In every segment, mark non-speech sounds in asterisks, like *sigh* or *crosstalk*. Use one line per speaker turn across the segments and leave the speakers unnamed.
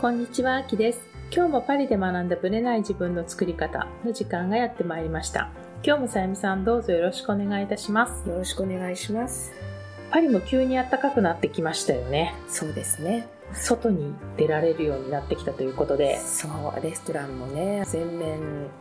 こんにちは、あきです。今日もパリで学んだブレない自分の作り方の時間がやってまいりました。今日もさゆみさんどうぞよろしくお願いいたします。
よろしくお願いします。
パリも急に暖かくなってきましたよね。
そうですね。
外に出られるようになってきたということで、
そう、レストランもね、全面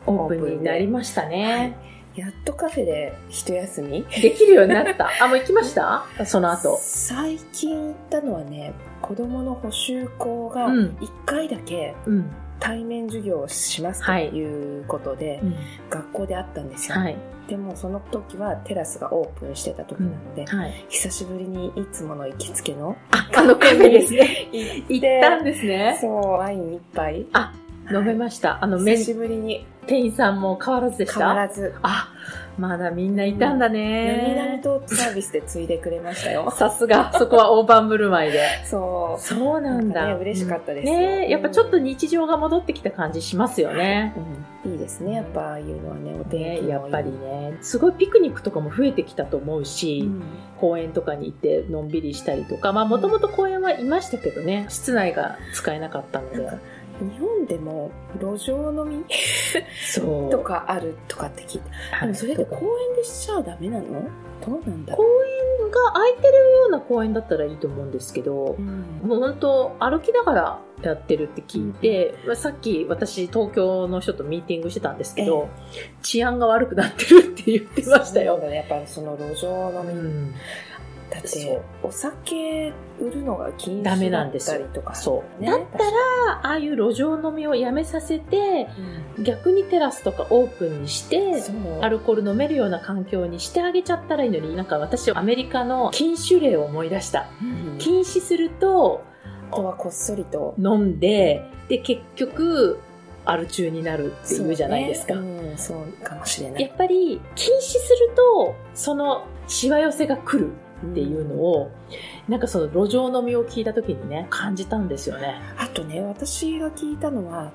オープンになり
ま
ましたね。
やっとカフェで一休み
できるようになった。あ、もう行きま *laughs* したその後。
最近行ったのはね、子供の補習校が
うん
1回だけ
うん。
対面授業をしますと
はい
いうことで、学校であったんですよ。
はい。
でもその時はテラスがオープンしてた時なので、
はい。
久しぶりにいつもの行きつけの
あ、あのカフェ *laughs* ですね。
行
行ったんですね。
そう、ワイン一杯。
あ、飲めました。あの、メ
久
ニ
しぶりに
店員さんも変わらずでした
変わらず
あ、まだみんないたんだ
並々
ね。
とサービスでついでくれましたよ。
さすが、そこは大盤振る舞いで。
そ
そうなんだ。
なんかね嬉しかったですよ
ねえやっぱちょっと日常が戻ってきた感じしますよね。
う、いいですね、やっぱああいうのはね、お天気もい
ね、
い
やっぱりねすごいピクニックとかも増えてきたと思うし、
うん
公園とかに行ってのんびりしたりとかまあもともと公園はいましたけどね室内が使えなかったの
なん
で
か日本でも路上飲み
そう
とかあるとかって聞いて、
は
で
い
もそれで公園でしちゃダメなのどうなんだ
公
ろ
園が空いてるような公園だったらいいと思うんですけど
う、うん
もう本当歩きながらやってるって聞いて、まあさっき私東京の人とミーティングしてたんですけど、治安が悪くなってるって言ってました
そう
よ。
だねやっぱその路上飲み、
うん
だっ
そ
て
う
お酒売るのが禁
ダメ
止だ
なん
っ
です
た
よ
りとか
そう、
ね
だったらああいう路上飲みをやめさせて逆にテラスとかオープンにして
そう
アルコール飲めるような環境にしてあげちゃったらいいのになんか私アメリカの禁酒令を思い出した
うん
禁止すると
あとはこっそりと
飲んでで結局アル中になるっていうじゃないですか、
そう,、うん、そうかもしれない
やっぱり禁止するとそのしわ寄せが来るっていうのを、なんかその路上飲みを聞いた時にね感じたんですよね
あとね私が聞いたのは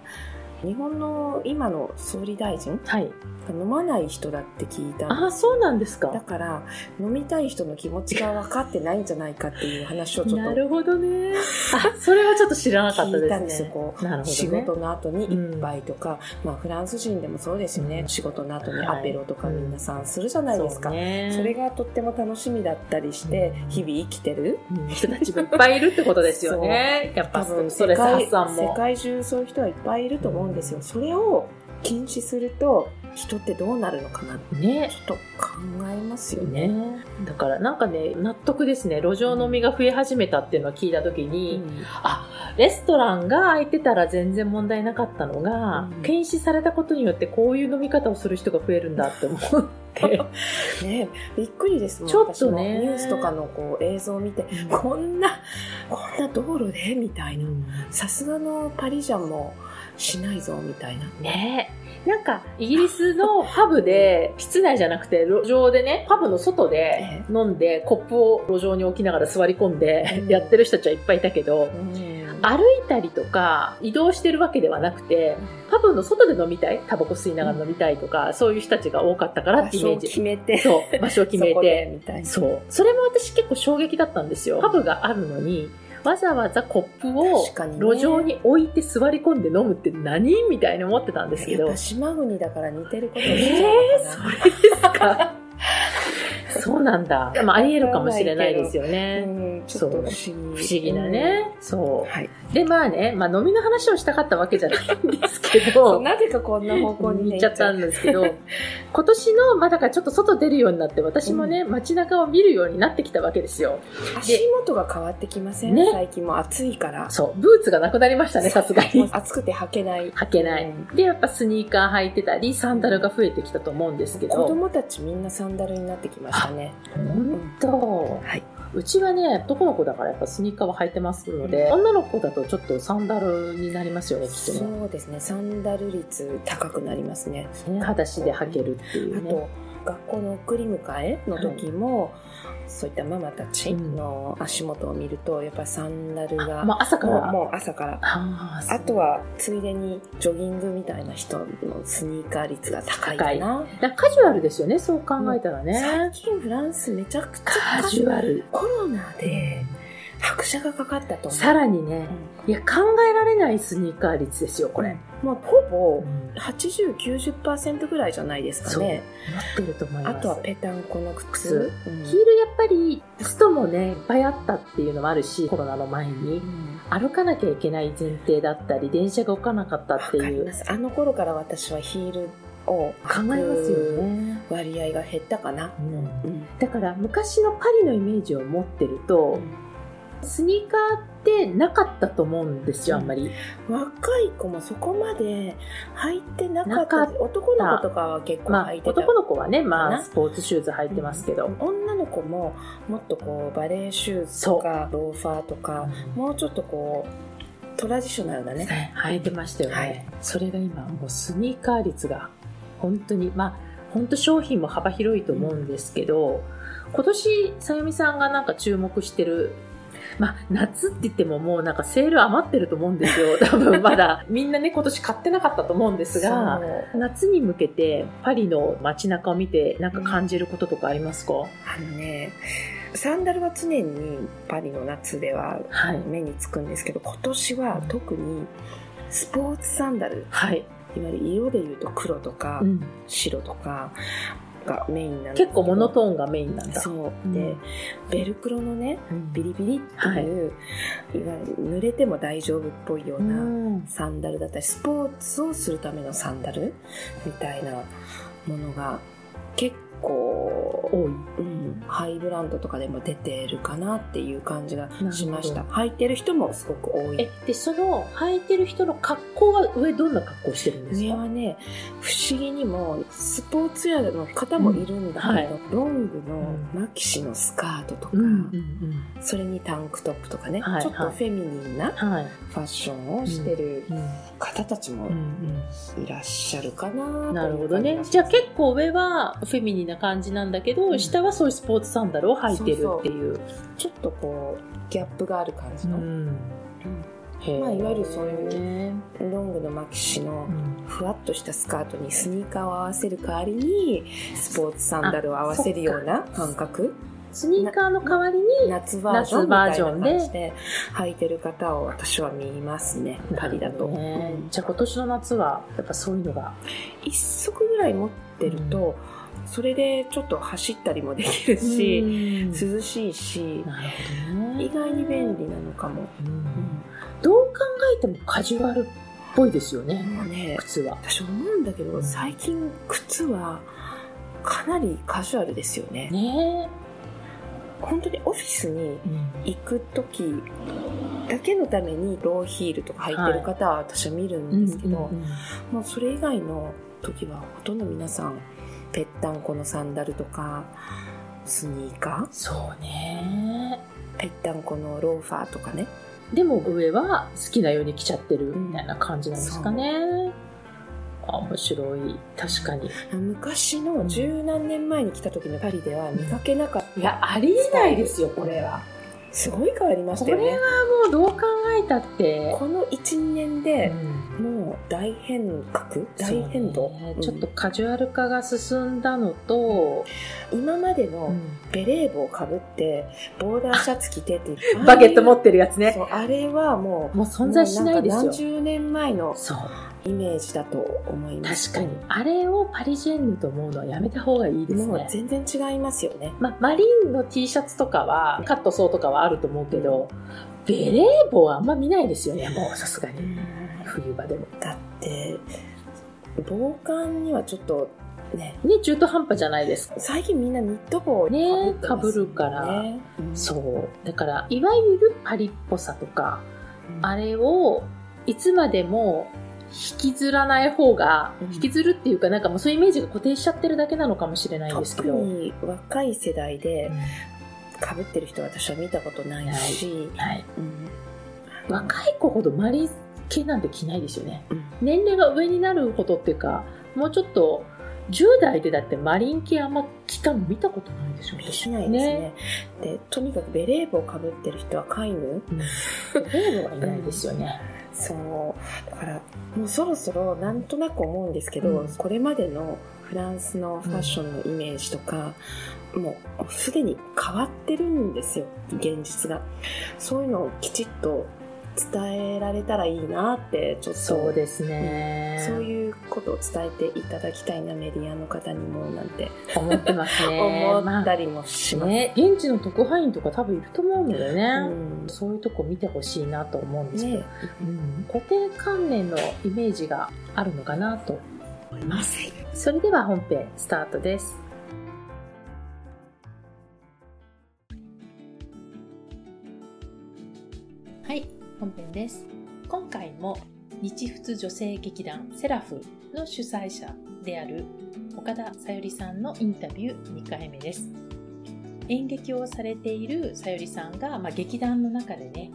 日本の今の総理大臣
はい
飲まない人だって聞いた
あ
の
あそうなんです
だ
か
から飲みたい人の気持ちが分かってないんじゃないかっていう話をちょ
な
っと
るほどねあそれはちょっと知らなかった
聞いたん
で
です
す
よ
ね
こう
なるほどね
仕事の後に一杯とか、まあ、フランス人でもそうですよね、
うん
仕事の後に
はい
アペロとか皆さんするじゃないですか、
そうね
それがとっても楽しみだったりして
うん
日々生きてる
うん人たちもいっぱいいるってことですよ
*laughs*
ねやっぱ
多分
そ
世
れさ
界
っさん
世
も
界中そういう人はいっぱいいると思うんですよ、それを禁止すると人ってどうなるのかなって
ね
ちょっと考えますよね。
ね、だからなんかね納得ですね路上飲みが増え始めたっていうのを聞いた時
う
に、
ん
あレストランが空いてたら全然問題なかったのが、
うん
禁止されたことによってこういう飲み方をする人が増えるんだって思って
ねびっくりですもん
ちょっとね
私もニュースとかのこう映像を見て
うん
こんなこんな道路でみたいなさすがのパリジャンもしないぞみたいな。
*laughs* ねなんかイギリスのパブで室内じゃなくて路上でねパブの外で
え
飲んでコップを路上に置きながら座り込んで、
うん
やってる人たちはいっぱいいたけど、
あ
歩いたりとか移動してるわけではなくてパブの外で飲みたいタバコ吸いながら飲みたいとか、そういう人たちが多かったからっ
場
てイメ
所を
ージ
決めて
そう場所を決め
そこで
て
みたいな。
そうそれも私結構衝撃だったんですよパブがあるのにわざわざコップを
確かにね
路上に置いて座り込んで飲むって何みたいに思ってたんですけ
やっ
ど
ぱ島国だから似てることし
え
ちゃうのかな。
ー、それですかそうなんだ、まあ、ありえるかもしれないですよ
う
ね
んちょっと不思
不
議
思議な、ね、そう
うんはい、
でまあね、まあ、飲みの話をしたかったわけじゃないんですけ
*laughs*
ど
なぜかこんな方向に、
行
ね、
っちゃったんですけど今年のまあだからちょっと外出るようになって私もね、街中を見るようになってきたわけですよ
足元が変わってきません、
ね
最近もう暑いから
そうブーツがなくなりましたねさすが
もう
に
*laughs* 暑くて履けない
履けない
うん
でやっぱスニーカー履いてたりサンダルが増えてきたと思うんですけ
子
ど
供たちみんなサンダルになってきましたね
本当
はい、
うちはね男の子だからやっぱスニーカーは履いてますので、
うん
女の子だとちょっとサンダルになりますよねきっとね
そうですねサンダル率高くなりますね
裸足で履けるっていう
あ
ね
と学校の送り迎えの時も、そういったママたちの足元を見るとやっぱサンダルが
まあ、朝か
も
ら
うもう朝から
あー
あとはついでにジョギングみたいな人のスニーカー率が高いかな
だからカジュアルですよねそう考えたらね、
最近フランスめちゃくちゃ
カジュアル
コロナで拍車がかかったと思う。
さらにね、いや、考えられないスニーカー率ですよ、これ。
もうほぼ80、90%ぐらいじゃないですかね。
なってると思い
あ
ます。
とはペタンコの靴。うん
ヒールやっぱり、ストもね、いっぱいあったっていうのもあるし、コロナの前に
う。ん
歩かなきゃいけない前提だったり、電車が動かなかったって
わか
い
り
う。
ま
考
す。あの頃から私はヒールを
えますよね。
割合が減ったかな。
うん
うん
だから昔のパリのイメージを持ってると、スニーカーってなかったと思うんですよ、あんまり。
若い子もそこまで履いてなか
な
っ
か
た
っ
男の子とかは結構
まあ
履い、てた、
男の子はね、
か
まあ、
な
スポーツシューズ履いてますけど。
女の子ももっとこうバレエシューズとかローファーとかもうちょっとこうトラディショナルだね
ね履いてましたよね、
はい
それが今もうスニーカー率が本当にまあ本当商品も幅広いと思うんですけど、今年さゆみさんがなんか注目してるまあ夏って言ってももうなんかセール余ってると思うんですよ *laughs* 多分まだみんなね今年買ってなかったと思うんですが
そう
夏に向けてパリの街中を見てなんか感じることとかありますか、
あのねサンダルは常にパリの夏では
はい
目につくんですけど今年は特にスポーツサンダル
はい、
いわゆる色でいうと黒とか
うん
白とかがメインなんですけど
結構モノトーンがメインなんだ
そう、
うん
でベルクロのね
うん
ビリビリっていう、い、わゆる濡れても大丈夫っぽいよ
う
うな、
ん
サンダルだったりスポーツをするためのサンダルみたいなものが結構、
多い
うん、ハイブランドとかでも出てるかなっていう感じが
ほど
しました履いてる人もすごく多い
えでその履いてる人の格好は上どんな格好してるんです
上
か
はね不思議にもスポーツウェアの方もいるんだけど、
うんはい
ロングのマキシのスカートとか、
ん
それにタンクトップとかね、
はいはい
ちょっとフェミニンな
うんはい、
ファッションをしてる方たちも
うん
いらっしゃるかなという感じがします、
なるほどねじゃあ結構上はフェミニンな感じなんだけど、
うん
下はそういうスポーツサンダルを履いてるっていう
ちょっとこうギャップがある感じの、
んへえ
まあいわゆるそういう
ね
ロングのマキシの
うん
ふわっとしたスカートにスニーカーを合わせる代わりにスポーツサンダルを合わせるような感覚
スニーカーの代わりに
夏バージョ
夏
ンみた
バー
いな
ジョン
感
で
じで履いてる方を私は見ますねパリだと、
ね
うん
じゃあ今年の夏はやっぱそういうのが
一足ぐらい持ってると、それでちょっと走ったりもできるし、
うん
涼しいし
なるほどね
意外に便利なのかも、
うんどう考えてもカジュアルっぽいですよね、
もうね
靴は
私思うんだけ
う
ど
ん
最近靴はかなりカジュアルですよね
ね
本当にオフィスに
え、
行く時だけのためにローヒールとか履いてる方は私は見るんですけど、
うんうんうん
もうそれ以外の時はほとんど皆さんぺったんこのサンダルとかスニーカ
そうね
ーぺったんこのローファーとかね
でも上は好きなように着ちゃってるみたいな感じなんですかね、あ面白い確かに
昔の十何年前に来た時のパリでは見かけなかった
いやありえないですよこれは
すごい変わりましたよね
もうどう考えたって、
この12年
う
で
ん
もう大変革大変
そ
動、
う
う
ね
ん
ちょっとカジュアル化が進んだのと、
今まで
う
の
ん
ベレー帽かぶってボーダーシャツ着てってい
*laughs*
う
バゲット持ってるやつね
そうあれはもう
もう存在しないです
もうんか
よ
何十年前の
そう
イメージだと思います
確かにあれをパリジェンヌと思うのはやめた方がいいです
もう
ね
全然違いますよね
ま、マリンの T シャツとかはカットソーとかはあると思うけど、ベレー帽はあんま見ないですよねもうさすがに冬場でも
だって防寒にはちょっとね
ね中途半端じゃないですか
最近みんなニット帽を
ね
かぶってますよ
被る
ね
から
うん
そうだからいわゆるパリっぽさとか
うん
あれをいつまでも引きずらない方が、
うん
引きずるっていうかなんかもうそういうイメージが固定しちゃってるだけなのかもしれないんですけ
特
ど、
に若い世代で
うん
かぶってる人は私は見たことないし、
はい、
うん
若い子ほどマリン系なんて着ないですよね
うん
年齢が上になるほどっていうかもうちょっと10代でだってマリン系あんま着たの見たことないでしょ
しないですね
*laughs*
でとにかくベレー帽をかぶってる人は飼い犬
うんベレー帽はいないですよね
そうだからもうそろそろなんとなく思うんですけど、
うん
これまでのフランスのファッションのイメージとか、もうすでに変わってるんですよ現実がそういうのをきちっと伝えられたらいいなってちょっと
そうですね、
そういうことを伝えていただきたいなメディアの方にもなんて
思ってます
*laughs*
ね
思ったりもし
ま
ま
あ
す、
ね現地の特派員とか多分いると思うんだよ
う
ね、
ん
そういうとこ見てほしいなと思うんですけど、
ね
うん、固定観念のイメージがあるのかなと思いますそれでは本編スタートですはい本編です今回も日仏女性劇団セラフの主催者である岡田さゆりさんのインタビュー2回目です演劇をされているさゆりさんが、まあ、劇団の中でね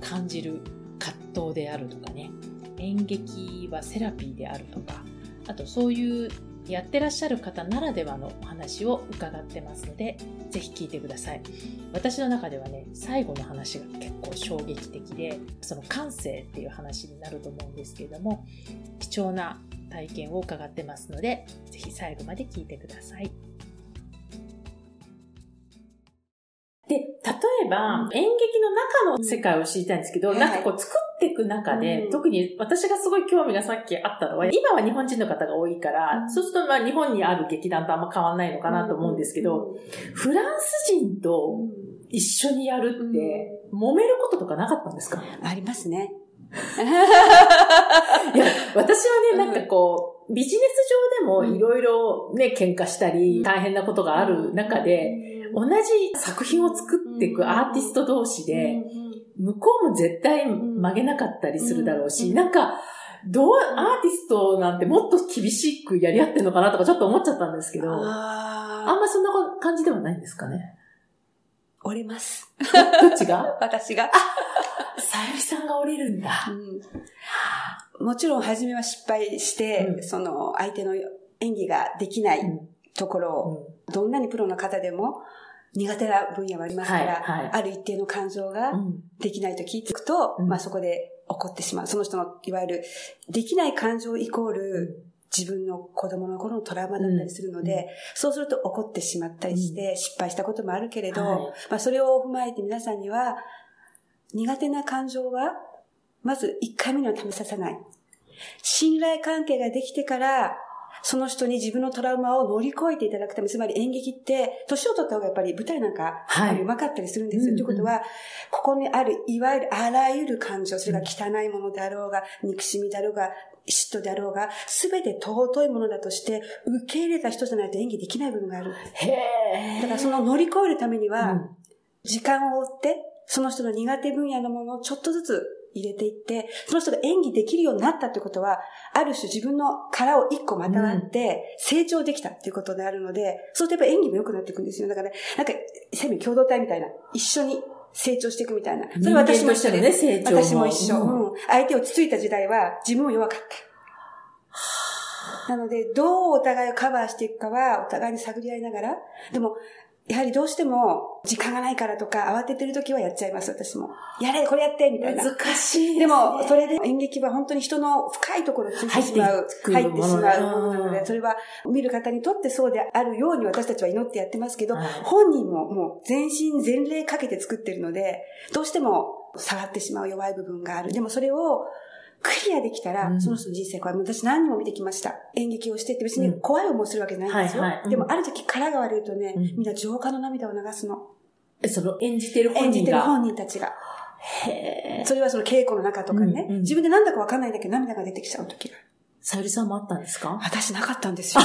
感じる葛藤であるとかね演劇はセラピーであるとかあとそういうやってらっしゃる方ならではのお話を伺ってますのでぜひ聞いてください私の中ではね最後の話が結構衝撃的でその感性っていう話になると思うんですけれども貴重な体験を伺ってますのでぜひ最後まで聞いてくださいで、例えば、演劇の中の世界を知りたいんですけど、
うん
なんかこう作っていく中で、
うん
特に私がすごい興味がさっきあったのは、今は日本人の方が多いから、
うん
そうするとまあ日本にある劇団とあんま変わんないのかなと思うんですけど、、フランス人と一緒にやるって、揉めることとかなかったんですか
ありますね。
いや、私はね、
う
なんんかこう、ビジネス上でもいろいろね、喧嘩したり、大変なことがある中で、同じ作品を作っていくアーティスト同士で、向こうも絶対曲げなかったりするだろうし、
うん
なんか、どう、アーティストなんてもっと厳しくやり合ってるのかなとかちょっと思っちゃったんですけど、あ
あ
んまそんな感じではないんですか
*laughs*
ね。
あ、折れます。
どっちが
私が。
さゆりさんが降りるんだ。
うんもちろん初めは失敗して、
うん
その相手の演技ができない
うん
ところを、
う
どんなにプロの方でも苦手な分野はあり
ん
ますか
はい、
ら、
は
ある一定の感情が
い。うん
できないと気づくと、
うん
まあそこで怒ってしまう。その人の、いわゆる、できない感情イコール、自分の子供の頃のトラウマだったりするので、
うん
そうすると怒ってしまったりして、失敗したこともあるけれど、
はい
まあそれを踏まえて皆さんには、苦手な感情は、まず1回目には試させない。信頼関係ができてから、その人に自分のトラウマを乗り越えていただくため、つまり演劇って、年を取った方がやっぱり舞台なんか
は
う
い。
まかったりするんですよ。
うん
ということは、ここにある、いわゆるあらゆる感情、それが汚いものであろうが、憎しみだろうが、嫉妬であろうが、すべて尊いものだとして、受け入れた人じゃないと演技できない部分がある。
へえ。
だからその乗り越えるために
う
は、
ん
時間を追って、その人の苦手分野のものをちょっとずつ入れていって、その人が演技できるようになったということは、ある種自分の殻を一個またがって、成長できたということであるので、そうするとやっぱ演技も良くなっていくんですよ。だから、なんか、せめ共同体みたいな、一緒に成長していくみたいな。それは私も
人間と
一緒
しての
で
ね、
す。
成長も。
私も一緒、
うん
うん相手をつついた時代は自分も弱かった。なので、どうお互いをカバーしていくかは、お互いに探り合いながら、でも、やはりどうしても、時間がないからとか、慌ててる時はやっちゃいます、私も。やれ、これやって、みたいな。
難しい
でも、それで演劇は本当に人の深いところをついてしまう、
入
入
っ
ってて
し
し
ま
ま
う
う
も
も
の
の
な
な
の
の
で
で、それは見る方にとってそうであるように私たちは祈ってやってますけど、
はい
本人ももう全身全霊かけて作ってるので、どうしても下がってしまう弱い部分がある。でもそれをクリアできたら、
うん
その人の人生これ私何人も見てきました。演劇をしてって別に怖い思いするわけないんですよ。
うんはいはいうん
でもある時殻が悪いとね、
うん
みんな浄化の涙を流すの。
えその演じてる
演
本
じ
人
てる
が。
本人たちが。
へえ。
それはその稽古の中とかね、
うんうん
自分で何だかわかんないんだけど涙が出てきちゃう時がある。
さゆりさんもあったんですか *laughs*
私なかったんですよ。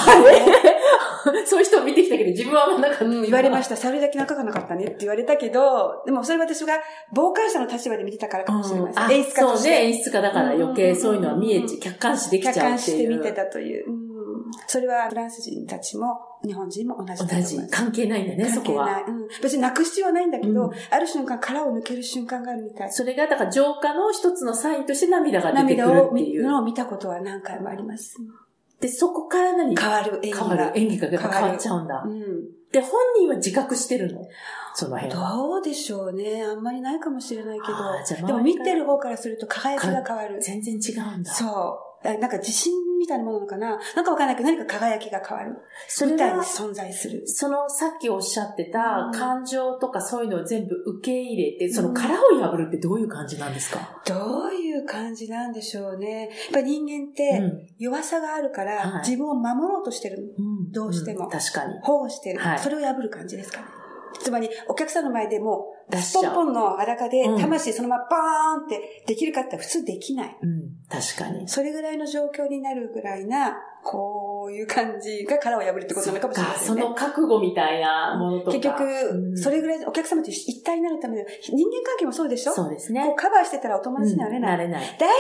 そういう人を見てきたけど、自分はあんまなかった。
うん、言われま
し
した。それだけ仲がなかったねって言われたけど、でもそれは私が傍観者の立場で見てたからかもしれません。
あ
演出家とし
そうね、
て。
演出家だから余計そういうのは見え
うんうん
ち、客観視できちゃうっ
客
ていう。
観して見てたという。うんそれはフランス人たちも日本人も同じだと思
同
い
じ
ま。す
関係ないんだね、そ
関
こ
係な
は。
い。うん、別になく必要はないんだけど、
うん
ある瞬間殻を抜ける瞬間があるみたい。
それが、だから浄化の一つのサインとして涙が出てく
涙
る
を
って
見
い
る
う。
のを見たことは何回もあります。
で、そこから何
変わる演技
変わる
が。
演技がやっぱ変
変わ
わっ
る
ちゃうんだ
う。ん。
で、本人は自覚してるのその辺は。
どうでしょうね。あんまりないかもしれないけ
あーじゃあ周りから
ど。でも見てる方からすると輝きが変わる。
全然違うんだ。
そう。あなんか自信みたいなものなのかななんかわかんないけど何か輝きが変わる。
それ
みたいに
は、
存在する。
そのさっきおっしゃって
う
た
ん
感情とかそういうのを全部受け入れて、その
うん
殻を破るってどういう感じなんですか、
どういう感じなんでしょうね。やっぱ人間っ
う
て
ん
弱さがあるか
は
ら
い
自分を守ろうとしてるの。
うん
どうしても
ん確かに。
保護してる、
はい
それを破る感じですかね。つまり、お客さんの前でもう、
出し
ポ
ち
ン
ゃ
ポ
う。
ンの裸で
うん、
魂そのままバーンってできるかって言ったら普通できない。
うん、確かに。
それぐらいの状況になるぐらいな、こういう感じが殻を破るってことなのかもしれな
そっ
い
か
です
そ
ね。
の覚悟みたいなものとか。
結
う
局、
ん
それぐらいお客様と一体になるための、人間関係もそうでしょ
そうですね。
こうカバーしてたらお友達にはなれない。
うんなれない。
大好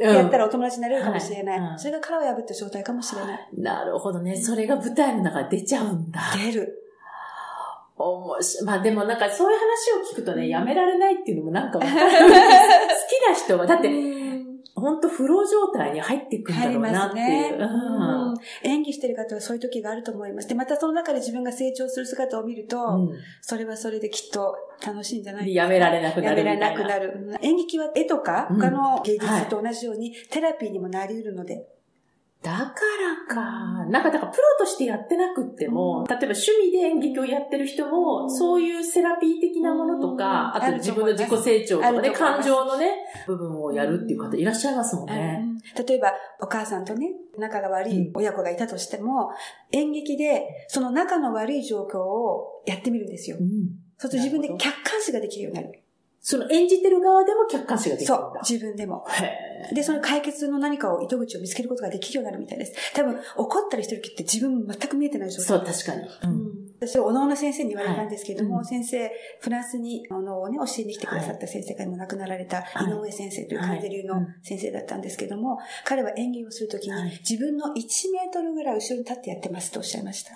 きってやった
うん
らお友達になれるかもしれない。
はいうん
それが殻を破った状態かもしれない。
なるほどね。それが舞台の中で出ちゃうんだ。
出る。
おもし、まあでもなんかそういう話を聞くとね、やめられないっていうのもなん *laughs* かわかる好きな人は、だって、
うん
ほんと不老状態に入っていくんだ
入
ろ
り
うな
ま
っ
す
て
ね
い。う。
うん演技してる方はそういう時があると思います。で、またその中で自分が成長する姿を見ると、
うん
それはそれできっと楽しいんじゃない
でやめられなくな
や
る
め
みた
ら
い
れ
な。
なくなる。うん演劇は絵とか、
うん
他の芸術と同じように、テラピーにもなり得るので。
だからか。なんか、だからプロとしてやってなくっても、例えば趣味で演劇をやってる人も、
うん
そういうセラピー的なものとか、
うん
あと自分の自己成長と
あ
か
ると
ね、
思い
感
ます
情のね、部分をやるっていう方いらっしゃいますもんね。
うん例えば、お母さんとね、仲が悪い親子がいたとしても、演劇で、その仲の悪い状況をやってみるんですよ。
うん
そうすると自分で
なるほ
客観視ができるようになる。
その演じてる側でも客観視ができる
そ
ん
う、
だ。
自分でも。
へえ
で、その解決の何かを、糸口を見つけることができるようになるみたいです。多分、怒ったりしてる時って自分全く見えてない状態。
そう、確かに。うん
私はおのおの先生に言われたんですけども、
はいうん
先生、フランスにおのをね、教えに来てくださった先生がもう亡くなられた
はい
井上先生という
はい
関西流の先生だったんですけども、彼は演技をするときに
はい
自分の1メートルぐらい後ろに立ってやってますとおっしゃいました。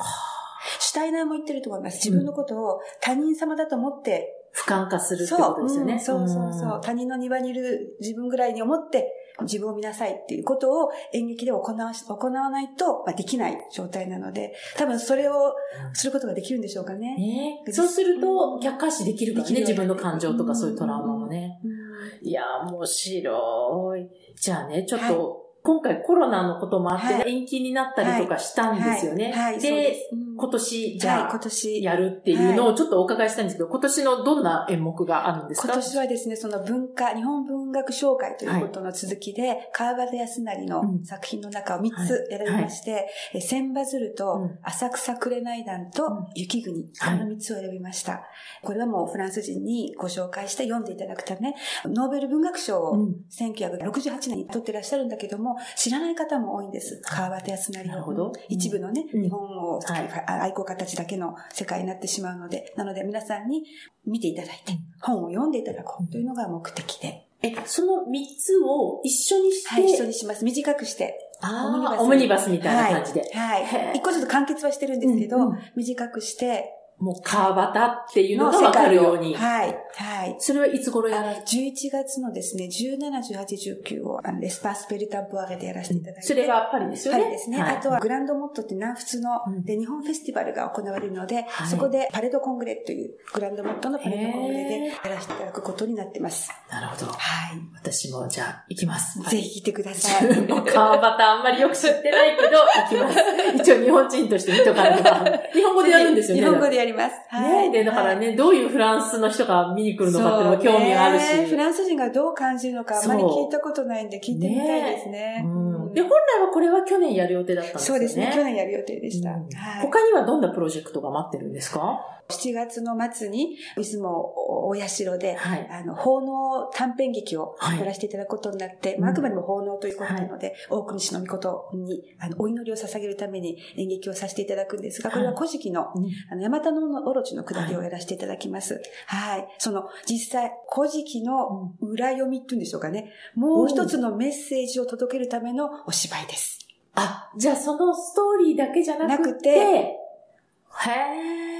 シュタイナーも言ってると思います。自分のことを他人様だと思って、
俯瞰化するって
そ
こ
う
とですよね。
うんそうそうそう。他人の庭にいる自分ぐらいに思って、自分を見なさいっていうことを演劇で行わし行わないと、まあ、できない状態なので、多分それをすることができるんでしょうかね。
ねそうすると、客観視できるからね、
できる
自
よね
分の感情とかそういうトラウマもね。
うん
いや、面白い。じゃあね、ちょっと、今回コロナのこともあってね、
は
延期になったりとかしたんですよね。
はい、は
で
いそうですうん
今年、じゃ
はい、
あ
今、年。
やるっていうのをちょっとお伺いしたいんですけど、今年のどんな演目があるんですか
今年はですね、その文化、日本文学紹介ということの続きで、川端康成の
うん
作品の中を3つ選びまして、え千羽鶴
う
と
ん
浅草紅団
う
と
ん
雪国、この3つを選びました。これはもうフランス人にご紹介して読んでいただくため、ノーベル文学賞
う
を
ん。
1968年に取ってらっしゃるんだけども、知らない方も多いんです。川端康成
なる
の
ほど。
一部のね、
うん
日本を好き、
はい
あ愛好家たちだけの世界になってしまうので、なので皆さんに見ていただいて、本を読んでいただこうというのが目的で、
え、その三つを一緒にして、
はい、一緒にします。短くして。
あーオ
オ
ム
ム
ニ
ニ
バ
バ
ス
ス
みたいな感じで。
は
へー
い。一個ずつ完結はしてるんですけど、
うんうん
短くして、
もう川端っていうのがわかるように。
はい。はい。
それはいつ頃やられる
11月のですね、17、18、19を、あの、エスパースペルタンポアゲでやらせていただいて。
それはパリですよ
パ
ね。
リですね。
はい
あとはグランドモットって南仏の、
うん
で日本フェスティバルが行われるので、
はい
そこでパレードコングレというグランドモットのパレードコングレで
へ
やらせていただくことになってます。
なるほど。
はい。
私もじゃあ行きます。
ぜひ来てください。
はい。 *laughs* もう川端あんまりよく知ってないけど、行きます。 *laughs* 一応日本人として見とかなき *laughs* ゃ日本語でやるんですよね。
日本語でやります。
ねで、だからね、どういうフランスの人が見に来るのかっていうのも興味があるし。
そうねフランス人がどう感じるのかあまり
そう
聞いたことないんで聞いてみたいですね。
うんで、本来はこれは去年やる予定だったんです
そ
よ
う
ね。
ですね。去年やる予定でした。
うん
はい
他にはどんなプロジェクトが待ってるんですか
7月の末に、出雲大社で、
はい。
あの、奉納短編劇を
はい
やらせていただくことになって、
うん
まあ、あくまでも奉納ということなので、大国氏の御事に、あの、お祈りを捧げるために演劇をさせていただくんですが、これは古事記の、あの、山田のオロチの下りをやらせていただきます。はい。その、実際、古事記の裏読みっていうんでしょうかね。もう一つのメッセージを届けるためのお芝居です。
あ、じゃあそのストーリーだけじゃなくて、
な
へ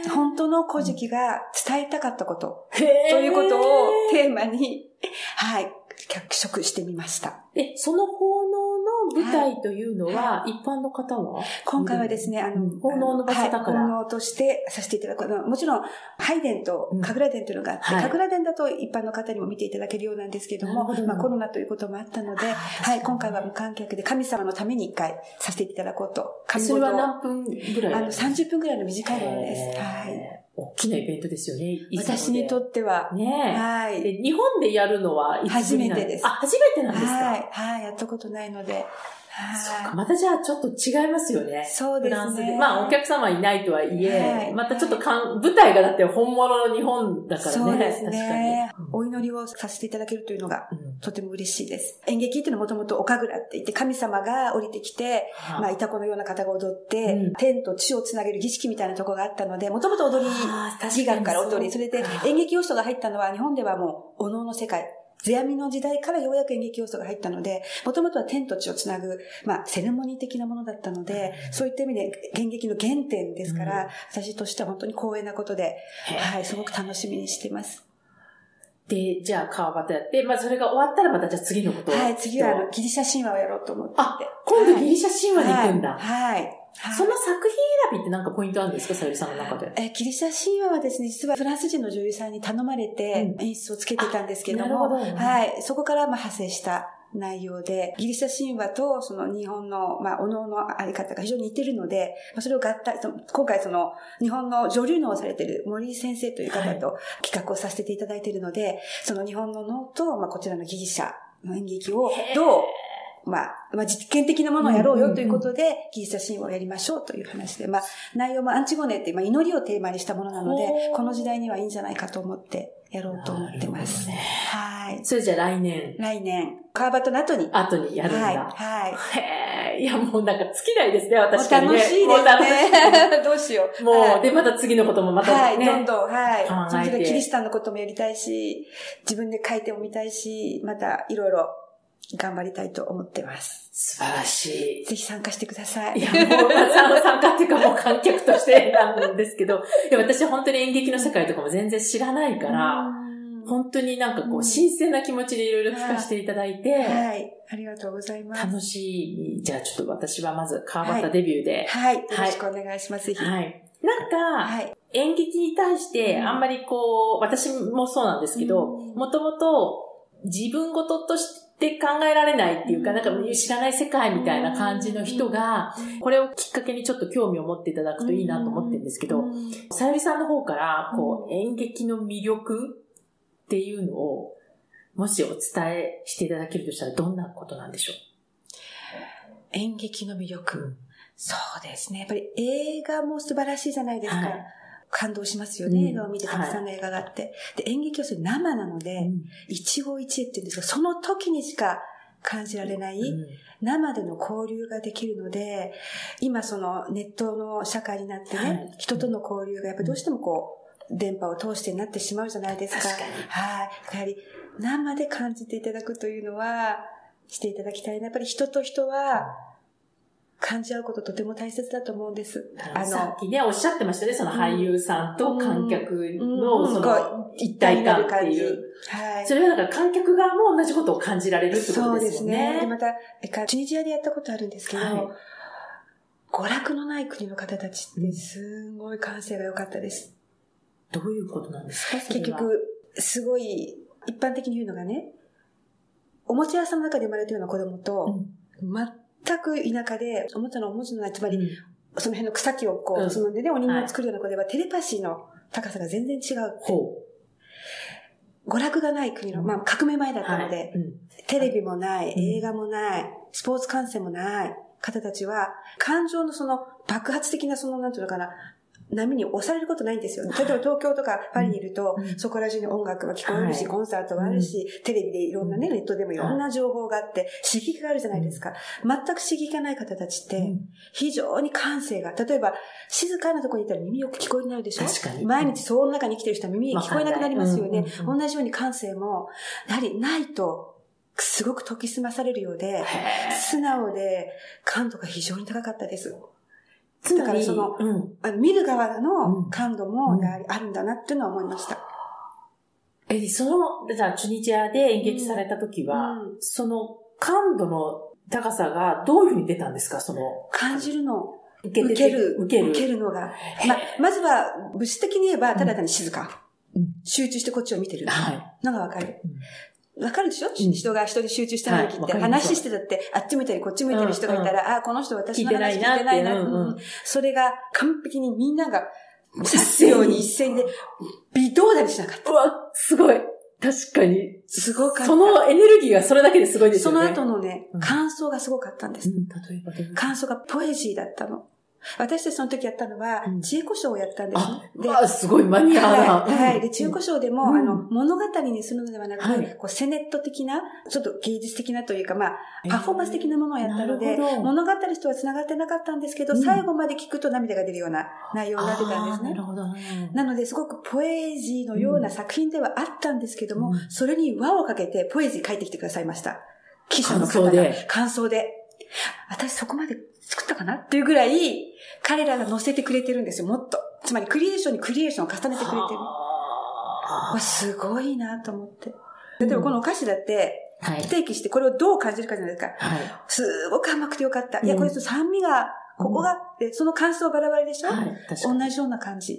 ー
本当の古事記が伝えたかったこと、
へー
ということをテーマに、はい、脚色してみました。
え、その奉納の舞台というのは、一般の方は
今回はですね、あの、
うん奉納の場所だから
はい奉納としてさせていただく。あのもちろん、拝殿と
うん
神楽殿というのがあって、
はい
神楽殿だと一般の方にも見ていただけるようなんですけど
なる
も、
ほど
まあ、コロナということもあったので、はい、今回は無観客で神様のために一回させていただこうと。神
それ
事を
は何分ぐらい
あの、30分くらいの短いものです。は
え
い。
ー大きなイベントですよね。いつもで
私にとっては、
ね
は
え。
い。
で日本でやるのはいつぶりなん
初めてです
あ、初めてなんですか。
はい。はい。やったことないので。はい。
そっか、またじゃあちょっと違いますよね。
そう
フ
で
ラン
す
スで。
ね。
まあお客様いないとはいえ、
はい
またちょっとかん、舞台がだって本物の日本だからね。
そうですね。
確か
お祈りをさせていただけるというのが
に。うん
とても嬉しいです。演劇っていうのはもともとお神楽って言って神様が降りてきて、まあ、いたこのような方が踊って、
うん
天と地をつなげる儀式みたいなところがあったので、もともと踊り、
あー
自学から踊り、それで
か
演劇要素が入ったのは日本ではもう、お能の世界。世阿弥の時代からようやく演劇要素が入ったので、もともとは天と地をつなぐ、まあ、セレモニー的なものだったので、そういった意味で演劇の原点ですから、
うん
私としては本当に光栄なことで、
へー
はい、すごく楽しみにしてます。
で、じゃあ川端やって、まあそれが終わったらまたじゃあ次のことを。
はい、次はあのギリシャ神話をやろうと思って。
あ、今度ギリシャ神話に行くんだ。
はい。はいはい
その作品選びってなんかポイントあるんですかさゆりさんの中で。
えーギリシャ神話はですね、実はフランス人の女優さんに頼まれて演出をつけてたんですけども、
なるほど
はい、そこからまあ派生した内容で、ギリシャ神話とその日本の、まあ、お能のあり方が非常に似てるので、まあ、それを合体、その今回その日本の女流能をされてる森先生という方と企画をさせていただいているので、その日本の能と、まあ、こちらのギリシャの演劇をどう、まあ、まあ、実験的なものをやろうよということで、ギリシャ神話をやりましょうという話で、まあ、内容もアンチゴネって、まあ、祈りをテーマにしたものなので
ほう、
この時代にはいいんじゃないかと思って、やろうと思ってます。
なるほどね
はい。
それじゃあ来年、
来年、川端の後に。
後にやるんだ。
はい。はい。
へえ、いやもうなんか尽きないですね、私
もう楽しい
もう楽しい
ですね。 *laughs* どうしよう。
もう、
はい
で、また次のこともま
は
た
い、
ね。
どんどん、は
考え
い。
て
その時はキリシタンのこともやりたいし、自分で書いてもみたいし、またいろいろ頑張りたいと思ってます。
素晴らし
ぜひ参加してください。
い。いや、もう、まあさん参加っていうかもう観客としてなんですけど、いや、私本当に演劇の世界とかも全然知らないから、
うん
本当になんかこ
う
う、
ん
新鮮な気持ちでいろいろ聞かせていただいて、
はい。ありがとうございます。
楽しい。じゃあちょっと私はまず川端デビューで、
はい。よろしくお願いします。ぜひ。
はい。
はい。
なんか、演劇に対して、
うん
あんまりこう、私もそうなんですけど、
うん
もともと自分事として考えられないっていうか、
うん
なんか知らない世界みたいな感じの人が、これをきっかけにちょっと興味を持っていただくといいなと思ってるんですけど、
うん
さゆりさんの方から、こう、演劇の魅力っていうのを、もしお伝えしていただけるとしたらどんなことなんでしょ
演劇の魅力、
うん
そうですね。やっぱり映画も素晴らしいじゃないですか。
はい
感動しますよね。
うん
映画を見てたくさんの映画があって。で、演劇はそれ生なので、
う、うん
一期一会っていうんですが、その時にしか感じられない、生での交流ができるので、今そのネットの社会になってね、
はい
人との交流がやっぱどうしてもこう、電波を通してなってしまうじゃないですか。
確かに
はい。やはり生で感じていただくというのは、していただきたいな。やっぱり人と人は感じ合うこととても大切だと思うんです。
あの、さっきね、おっしゃってましたね、その俳優さんと観客
う
の、
ん
そ
こ
の、一体感って
にな
いう
る。感じはい。
それはだから観客側も同じことを感じられるってこ
そ
と
う
で
ですす
よ
ね。で、
ね。
また、えかチュニジアでやったことあるんですけど、
はい
娯楽のない国の方たちってすごい感性が良かったです。
どういうことなんですかそれ
結
は
局、すごい、一般的に言うのがね、おもちゃ屋さんの中で生まれたような子供と、全く田舎で、おもちゃのおもちゃのない、つまり、その辺の草木をこ
うん
う、つまんでね、お人形を作るような子では、テレパシーの高さが全然違う。
ほ
娯楽がない国の、まあ、革命前だったので、
う。うん
テレビもない、
ん
映画もない、スポーツ観戦もない方たちは、感情のその爆発的なその、なんていうのかな、波に押されることないんで
*laughs*
すよ。例えば東京とかパリにいると、
うん
そこら中に音楽が聞こえるし、
はい
コンサートがあるし、テレビでいろんなね、
う
ネットでもいろんな情報があって、刺激があるじゃないですか。全く刺激がない方たちっ
う
て、
ん
非常に感性が、例えば静かなところにいたら耳よく聞こえになるでしょ
確かに。
毎日騒音の中に生きてる人は耳聞こえなくなりますよ
わかん
ね
ない。うんうん
同じように感性も、やはりないと、すごく研ぎ澄まされるようで、
へ
素直で、感度が非常に高かったです。
ー
だからその、
うん
あの見る側
う
の
ん
感度
う
も
ん
やはりあるんだなっていうのは思いました。
え、その、じゃあ、チュニジアで演劇された時は、
うん
その、感度の高さがどういうふうに出たんですかその、
感じるの。
受
受
て
ける。
受ける。
のが。まあ、まずは、物質的に言えば、ただ単に静か。
うん
集中してこっちを見てる
はい。
のがわかる。わかるでしょ、
ん
人が人に集中してない時
はい
っ
わ
て、
かります
話してたって、あっち向いたりこっち向いてる人がいたら、ああ、この人私
聞い
の
てな
話聞
い
い
なってて。
ないな。
うん
う
うん
んそれが完璧にみんなが刺すように一線で、微動だにしなかった。
うわ、すごい。確かに。
すごかった
そ。のエネルギーがそれだけですごいです
そ
よね
の。後のね
うん、
感想がすごかったんです。
うん、例えばどういう
感想がポエジーだったの。私たちその時やったのは
うん、
知恵故障をやったんですね
あ、。うわ、すごいマニアな。
はい。はい。で、中古賞でも、
うん
あの、物語にするのではなく、
はい
こう、セネット的な、ちょっと芸術的なというか、まあ、
えー
パフォーマンス的なものをやったの
な
で、
るほど
物語とは繋がってなかったんですけど、
うん
最後まで聞くと涙が出るような内容になってたんです
あーな
ね
る。ほどね。
なので、すごくポエジーのような作品ではあったんですけど
う
も、
ん
それに輪をかけてポエジー書いてきてくださいました。記者の
感
方
想
が。
で
感想で。私そこまで作ったかなっていうぐらい、彼らが載せてくれてるんですよ、もっと。つまり、クリエーションにクリエーションを重ねてくれてる。
は
わすごいなと思って。例えばこのお菓子だって、
い。はい
不。定期してこれをどう感じるかじゃないですか。
は
すごく甘くてよかった。いや、
うん
これちょっと酸味が、ここがって、その感想バラバラでしょ、
い。確かに。
同じような感じ。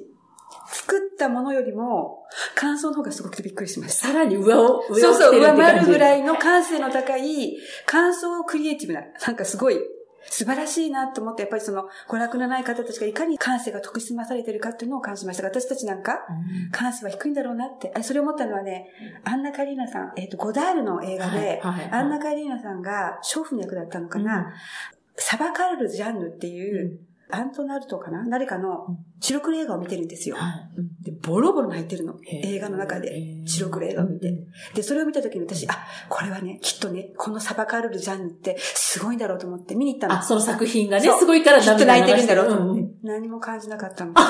作ったものよりも、感想の方がすごくてびっくりしました。
さらに上を、上を
そうそう、上回るぐ
い。
らいの感性の高い、感想をクリエイティブな、なんかすごい、素晴らしいなと思って、やっぱりその、娯楽のない方たちがいかに感性が特質まされてるかっていうのを感じましたが。私たちなんか、
うん
感性は低いんだろうなって。あそれ思ったのはね、アンナ・カリーナさん、えっ、と、ゴダールの映画で、
はい
アンナ・カリーナさんが、娼婦の役だったのかな、サバカール・ジャンヌっていう、アントナルトかな誰か
うん
の白黒映画を見てるんですよ。
はいうん
で、ボロボロ泣いてるの。
へー
映画の中で。
へー
白黒映画を見て
うん
で、それを見た時に私、あ、これはね、きっとね、このサバカール・ジャンヌってすごいんだろうと思って見に行ったの。
あ、その作品がね、
そう
すごいから
きっと
涙
泣い
流
て
し
るんだろうと
ん
思
う
っ
ん
て。何も感じなかったの。 *laughs*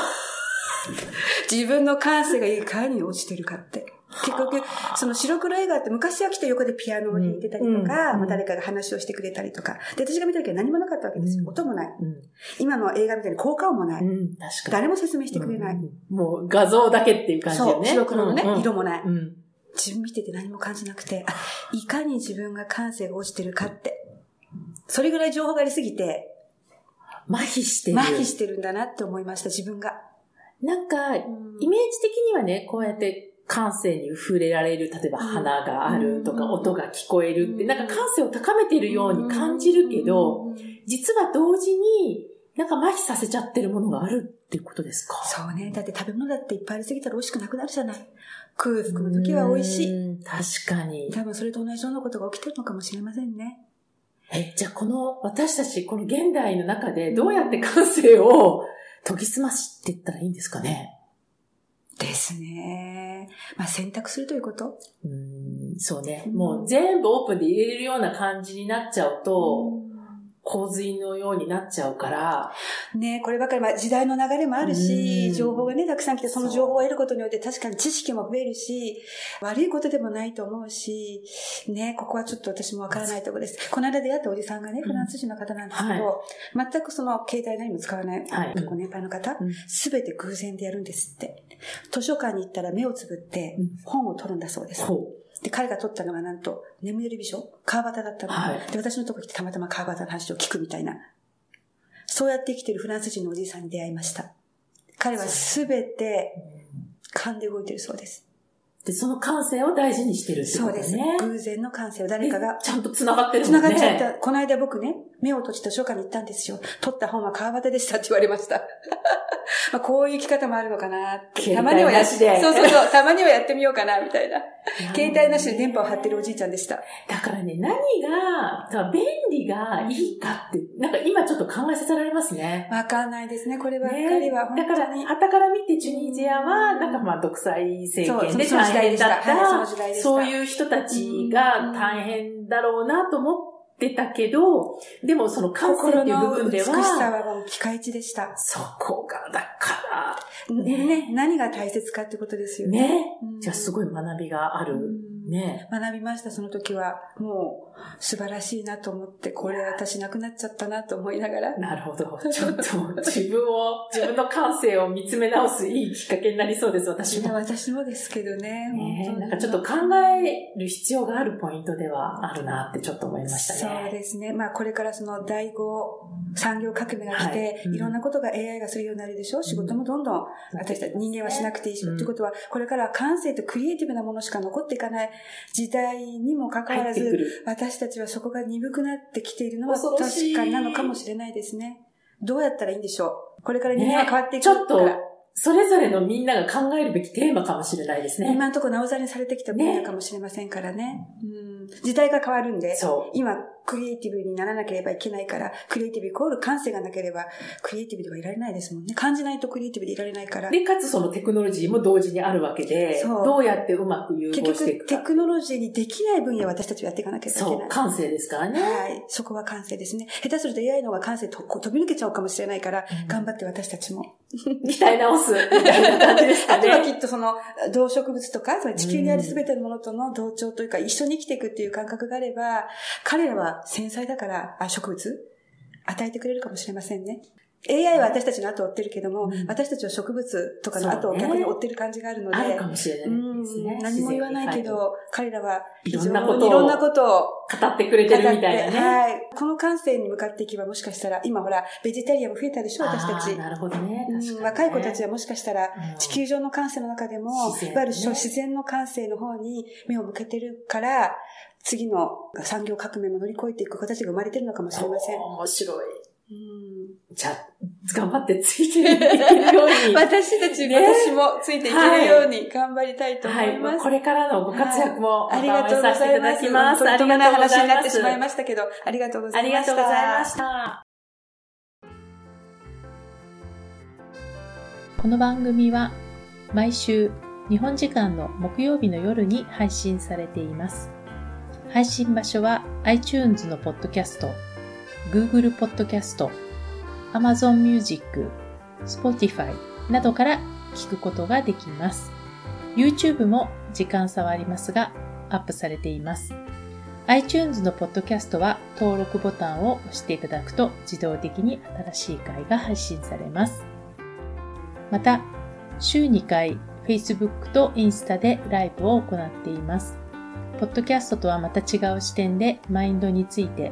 自分の感性がいかに落ちてるかって。結局、その白黒映画って昔は来て横でピアノを弾いてたり
う
とか、
ん
ま
う
あ
ん
誰かが話をしてくれたりとか。で、私が見た時は何もなかったわけですよ。
うん
音もない。
うん
今の映画みたいに効果音もない。
うん、確かに。
誰も説明してくれない。
うんもう画像だけっていう感じだ
そ
よ
う、
ね。
白黒のね、
うんうん
色もない。
うん。
自分見てて何も感じなくて、あ、いかに自分が感性が落ちてるかって。それぐらい情報がありすぎて、
麻痺してる。
麻痺してるんだなって思いました、自分が。
なんか、イメージ的にはね、こうやって感性に触れられる、例えば
うん
花があるとか、
うん
音が聞こえるって、
うん
なんか感性を高めてるように感じるけど、
うん、
実は同時に、なんか麻痺させちゃってるものがあるっていうことですか
そうね。だって食べ物だっていっぱいありすぎたら美味しくなくなるじゃない。空腹の時は美味しい。
い。確かに。
多分それと同じようなことが起きてるのかもしれませんね。
え、じゃあこの、私たち、この現代の中で、どうやって感性を研ぎ澄ましていったらいいんですかね
ですね。まあ選択するということ。
うーんそうね。もう全部オープンで入れれるような感じになっちゃうと、洪水のようになっちゃうから、
ねこればかり、まあ時代の流れもある
う
し、
ん
情報がね、たくさん来て、その情報を得ることによって確かに知識も増えるし、悪いことでもないと思うし、ねここはちょっと私もわからないところです。この間出会ったおじさんがね、
ん
フランス人の方なんですけど、全くその携帯何も使わない、
はい
ご年配の方、
うん
すべて偶然でやるんですって。図書館に行ったら目をつぶって
うん
本を取るんだそうです。
こ
で、彼が取ったのがなんと、眠れる美女川端だったの、
はい
で、私のとこ来てたまたま川端の話を聞くみたいな。そうやって生きてるフランス人のおじいさんに出会いました。彼はすべ
う
て勘で動いてるそうです。
で、その感性を大事にしてるってこ
そう
とね。
です。偶然の感性を誰
で
かが
ちゃんと繋がってるも
*laughs* 繋
んね。
がっちゃった。この間僕ね、目を閉じた図書館に行ったんですよ。取った本は川端でしたって言われました。 *laughs* まあこういう生き方もあるのかなって。
携
た
帯
まにはや
なしで
そうそうそう。たまにはやってみようかな、みたいな。
うん
携帯なしで電波を張ってるおじいちゃんでした。
だからね、何が、だから便利がいいかって、なんか今ちょっと考えさせられますね。
わかんないですね、こればっか
ね
りは。本
だから、
当に。
旗から見てチュニジアは、なんかまあ、独裁政権で
そうそ
大
の時代
変
でした
だった、
はいその時代でした
そういう人たちが大変だろうなと思ってたけど、でもその感性
心
っていう部
の
分
美
で
しさ
は、
はもうピカイチでした。
そこが、だか
ね、何が大切かってことです
ら、
よね。
ね。
うん
じゃあ、すごい学びがある。
うん
ね。
学びました、その時は。もう、素晴らしいなと思って、これ私なくなっちゃったなと思いながら。
なるほど。ちょっと自分を、自分の感性を見つめ直すいいきっかけになりそうです、私
いや
も。
私もですけどね。
ね
本当に
なんかちょっと考える必要があるポイントではあるなってちょっと思いました
そう
ね。
ですね。まあこれからその第五産業革命が来て、
いうん
いろんなことが AI がするようになるでしょ仕事もどんどん私たち人間はしなくていいし、
うん
ってことは、これからは感性とクリエイティブなものしか残っていかない時代にもかかわ
入
ら
ってく
ず、
る。
私たちはそこが鈍くなってきているのは
恐ろし
確
い
かなのかもしれないですね。どうやったらいいんでしょうこれから人間は
ね
変わっていく
ちょっ
か
と
ら、、
それぞれのみんなが考えるべきテーマかもしれないですね。
今のところなおざりにされてきた分野かもしれませんからね。うん、時代が変わるんで。
そ
今、クリエイティブにならなければいけないから、クリエイティブイコール感性がなければ、クリエイティブではいられないですもんね。感じないとクリエイティブでいられないから
う。。で、かつそのテクノロジーも同時にあるわけで、
そう
どうやってうまく融
結
合してい
局、
く
テ
か。
クノロジーにできない分野を私たちはやっていかなければいけ
そ
な
う、
い。
感性ですからね。
はい。そこは感性ですね。下手すると AI の方が感性とこう飛び抜けちゃうかもしれないから、頑張って私たちも。
鍛え直す、みたいな感じですか
*laughs* あとは
ね。
きっとその、動植物とか、つまり地球にある全てのものとの同調というか、一緒に生きていくっていう感覚があれば、彼らは繊細だから、あ、植物与えてくれるかもしれませんね。AI は私たちの後を追ってるけども、
うん
私たちは植物とかの後
そう
を
ね
逆に追ってる感じがあるので、
あるかもしれ
う
ないです
ん
ね。
何も言わないけど、彼らは非常に
いろんなことを
いろんなことを
語ってくれてるみたいなね。
はい。この感性に向かっていけばもしかしたら、今ほら、ベジタリアンも増えたでしょ、私た
あ
ち
ー。なるほどね。確かに
う
ね
ん若い子たちはもしかしたら、
うん
地球上の感性の中でも、
自然ね
いわゆる諸自然の感性の方に目を向けてるから、次の産業革命も乗り越えていく子たちが生まれてるのかもしれません。
面白い。
うん
じゃあ、頑張ってついていけるよう
*laughs*
に。
私たち、
ね
私もついていけるように頑張りたいと思
はいい、ま
ま
あ
す。
これからのご活躍も、
ありがとうござ
ま
い
た応援
ま
させていただき
す。
ます。
とんとがない話になってしまい
す。
ましたけど、ありがとうござ
あ
い
り
ま
が
し
と
た。
うございました。
この番組は毎週日本時間の木曜日の夜に配信されています。配信場所は iTunes のポッドキャスト、Google ポッドキャスト、Amazon Music、Spotify などから聞くことができます。YouTube も時間差はありますがアップされています。iTunes のポッドキャストは登録ボタンを押していただくと自動的に新しい回が配信されます。また、週2回 Facebook とインスタでライブを行っています。ポッドキャストとはまた違う視点でマインドについて、